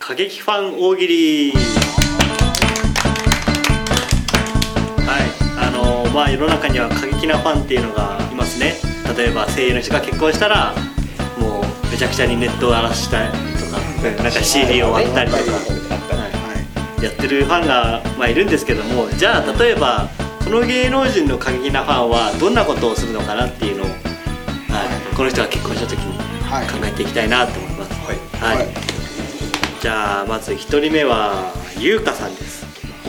過激ファン大喜利はいあのまあ世の中には過激なファンっていうのがいますね例えば声優の人が結婚したらもうめちゃくちゃにネットを荒らしたりとかなんか CD を割ったりとか、はい、やってるファンが、まあ、いるんですけどもじゃあ例えばこの芸能人の過激なファンはどんなことをするのかなっていうのを、はい、この人が結婚した時にはい考えていきたいなと思いますはいはい、はいじゃあまず一人目はゆうかさんです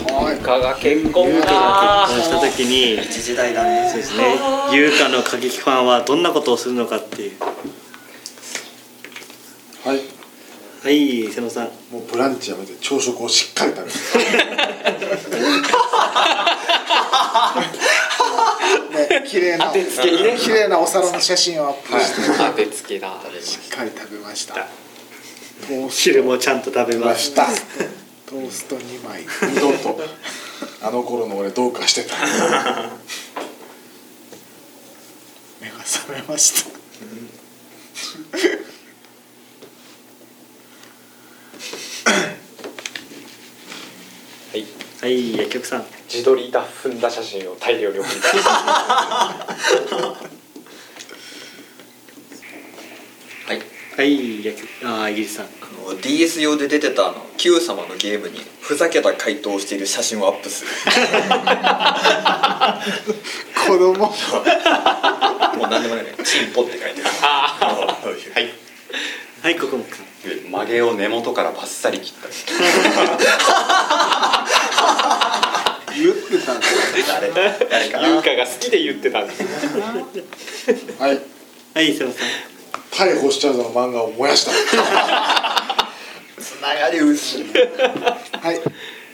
はいかが結婚ゆうかがか結婚した時に一時代だねそうですねゆうかの過激ファンはどんなことをするのかっていうはいはい瀬野さんもうブランチやめて朝食をしっかり食べるね綺麗な当てつけにね綺麗なお皿の写真をアップして、当てつけだしっかり食べましただトース汁もちゃんと食べトまししたたトースト2枚二度とあの頃の俺どうか してた目が覚めましたはいはい薬局さん自撮りだ踏んだ写真を大量に送りたいはいはい薬局あーイギリスさんあの DS 用で出てたあの Q 様のゲームにふざけた回答をしている写真をアップする子供もう何でもないねチンポって書いてるあそういうはいはいここもさん曲げを根元からバッサリ切った言ってたんだ誰誰か優な香が好きで言ってたんですよはいはい瀬野さん逮捕しちゃうぞの漫画を燃やしたつながり薄い はい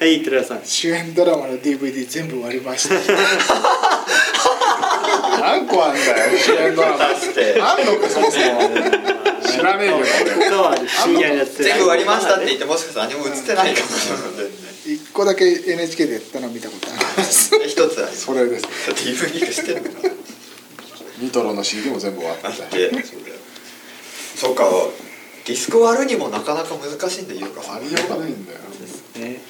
はい寺田さん主演ドラマの DVD 全部割りました 何個あんだよ主演ドラマ出してあんのかそもそも知らねえよ他は深夜にやって全部割りましたって言ってもしかしたら何も映ってないかもしれない俺一個だけ NHK でやったの見たことあります一つありそれです DVD 化してるのかなニトロの CD も全部終わっだたってそうかディスコ割るにもなかなか難しいんで言うかありようがないんだよね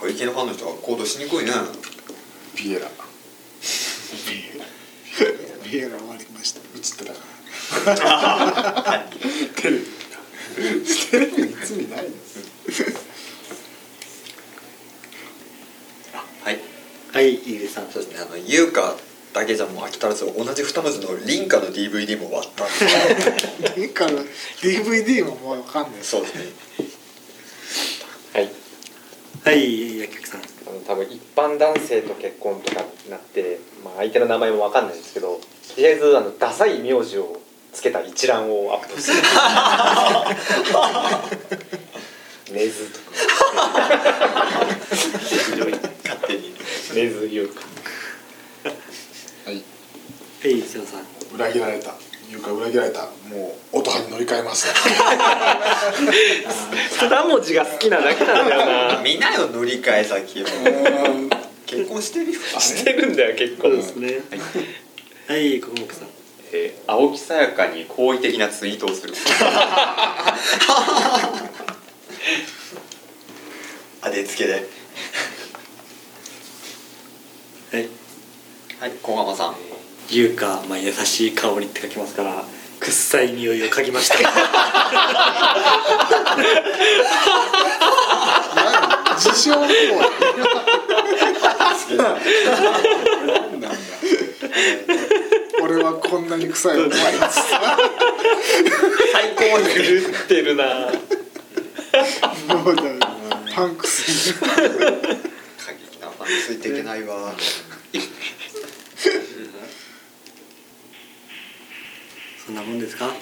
小池のファンの人は行動しにくいねピエラピエラ終わりました映ってたから テレビテレビに罪ないですはいはいイギリスさんそうですねあの優香だけじゃもう飽き足らず同じ二文字の凛花の DVD も割ったんですだから DVD ももうわかんない そうですねはいはい薬局さんあの多分一般男性と結婚とかになって、まあ、相手の名前も分かんないんですけどとりあえずあのダサい名字をつけた一覧をアップする根津とか 勝手に根津優香はいはい瀬野さん裏切られた優香裏切られたもう音羽に乗り換えます二文字が好きなだけなんだよな見なよ乗り換え先をうーん結婚してるよしてるんだよ結構そうですねはいここもさんえー青木さやかに好意的なツイートをする あでつけではいはい小浜さん優香、まあ、優しい香りって書きますから臭い匂いを嗅ぎました自称行為なんだ俺はこんなに臭い思い 最高に狂ってるなもうだよパンクス過激なファンについていけないわそんなもんですかじゃ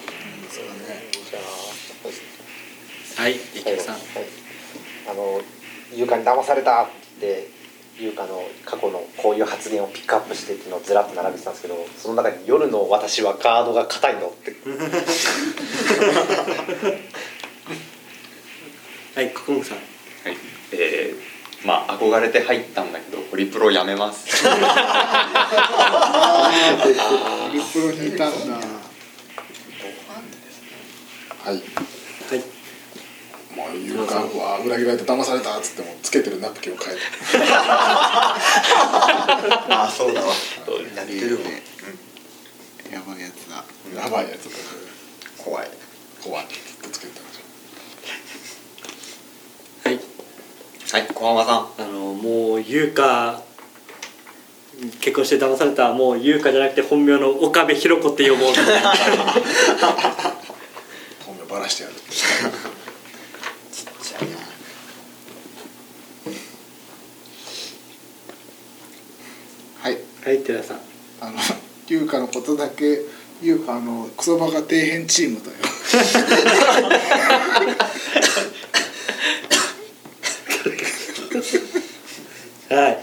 あはい一はい局さんあの優香に騙されたって優香の過去のこういう発言をピックアップしてっていうのをずらっと並べてたんですけどその中に「夜の私はガードが硬いの」ってはいここもさんはいえーまあ憧れて入ったんだけどホリプロやめますリプロにいたんだははいいいうかは裏切られた騙されたっつってもつけてるナプキンを変えて あそうだわやってるわやばいやつだやばいやつだ怖い怖いっつってつけてたんでしはいはい小浜さあんのもう優香結婚して騙されたもう優香じゃなくて本名の岡部弘子って呼ぼ うょ本名ばらしてやるじゃあはいはい寺さんあの優香のことだけ優香のクソバカ底辺チームだよはい、はい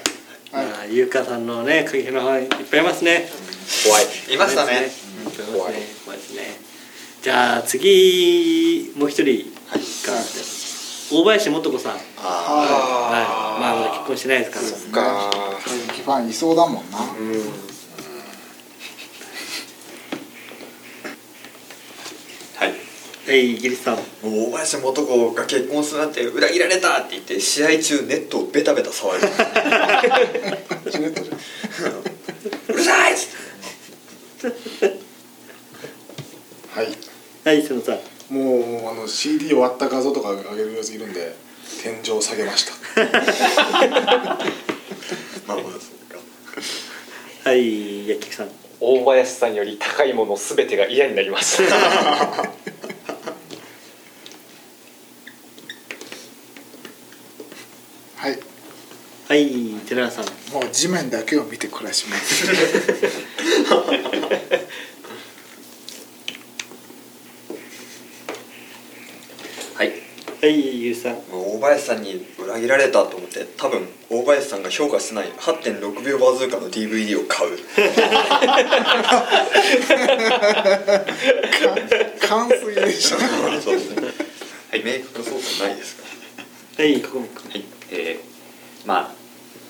まあ優香さんのね過激なファンいっぱいいますね 怖いいましたねいっぱいいますね怖いですねじゃあ次もう一人が大林素子さんはいあまあまだ結婚してないですからそっか正直ファンいそうだもんなはいはいイギリスさんあもう大林素子が結婚するなんて裏切られたって言って試合中ネットをベタベタ触るジュレットじゃんうるさいっつってはいはい瀬野さんもうあの CD を割った画像とか上げるやついるんで天井を下げましたまあまあそうかはい薬局さん大林さんより高いものすべてが嫌になりま したはいはい寺田さんもう地面だけを見て暮らします はいはいゆうさんもう大林さんに裏切られたと思って多分大林さんが評価してない8.6秒バズーカの DVD を買う勘すぎでしょ そうですねはい明確な操作ないですかはいここもこはいえーまあ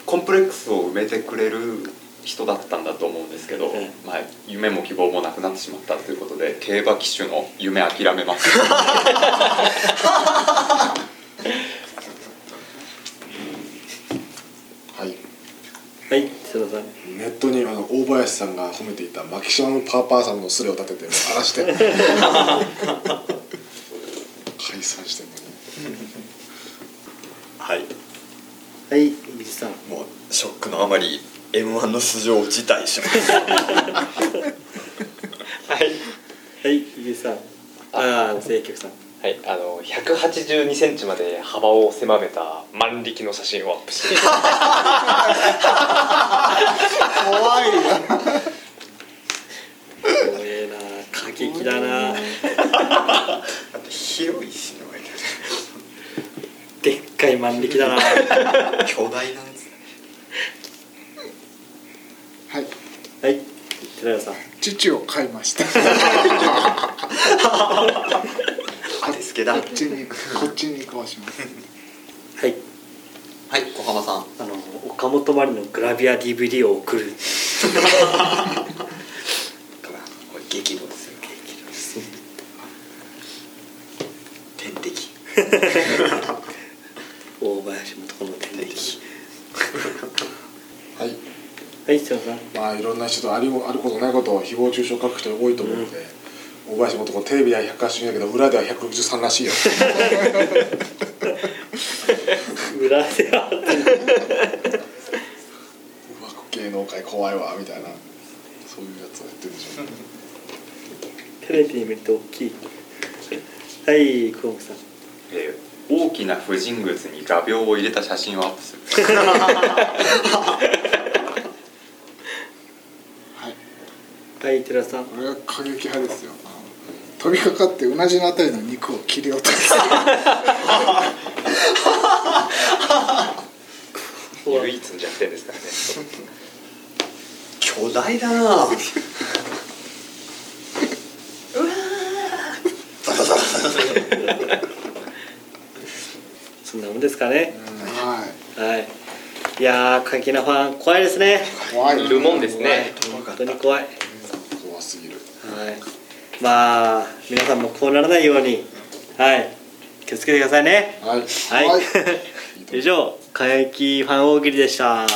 コンプレックスを埋めてくれる人だったんだと思うんですけど、んまあ、夢も希望もなくなってしまったということで競馬騎手の夢諦めますはいはい瀬野さんネットにあの大林さんが褒めていたマキシマムパーパーさんのスレを立ててもう荒らして 解散してんのに はいはいイギリスさんもうショックのあまり m 1の出場を辞退します はいはい、ゆうさん。ああ、正局さん。はい、あの182センチまで幅を狭めた万力の写真をアップして怖いな怖えな、過激だな。あと広いしね割でっかい万力だな。 はと巨大なんですねはいい、寺田さん。父を飼いましたあですけどはいこっちにこっちに移行しますはい、小浜さんあの、岡本まりのグラビア DVD を送る。これ激怒ですよ激怒 です天敵大林もとこの天敵。はいはい、瀬野さん。まあいろんな人とありもあることないことを誹謗中傷書く人多いと思うので、大林もとこテレビでは182だけど裏では163らし いよ裏では。うわ芸能界怖いわみたいなそういうやつをやってるんでしょうねテレビに見ると大きい。はい、小木さん。えー大きな不純物に画鋲を入れた写真をアップするはいはい、寺田さん。俺は過激派ですよ飛びかかってうなじのあたりの肉を切り落とす唯一の弱点ですからね巨大だなうわそんなもんですかね。ははい。いやー、過激なファン、怖いですね。い怖いルモンですね本当に怖い。怖すぎるはい、まあ皆さんもこうならないように、はい、気をつけてくださいね はいはい、はい以上「過激ファン大喜利」でした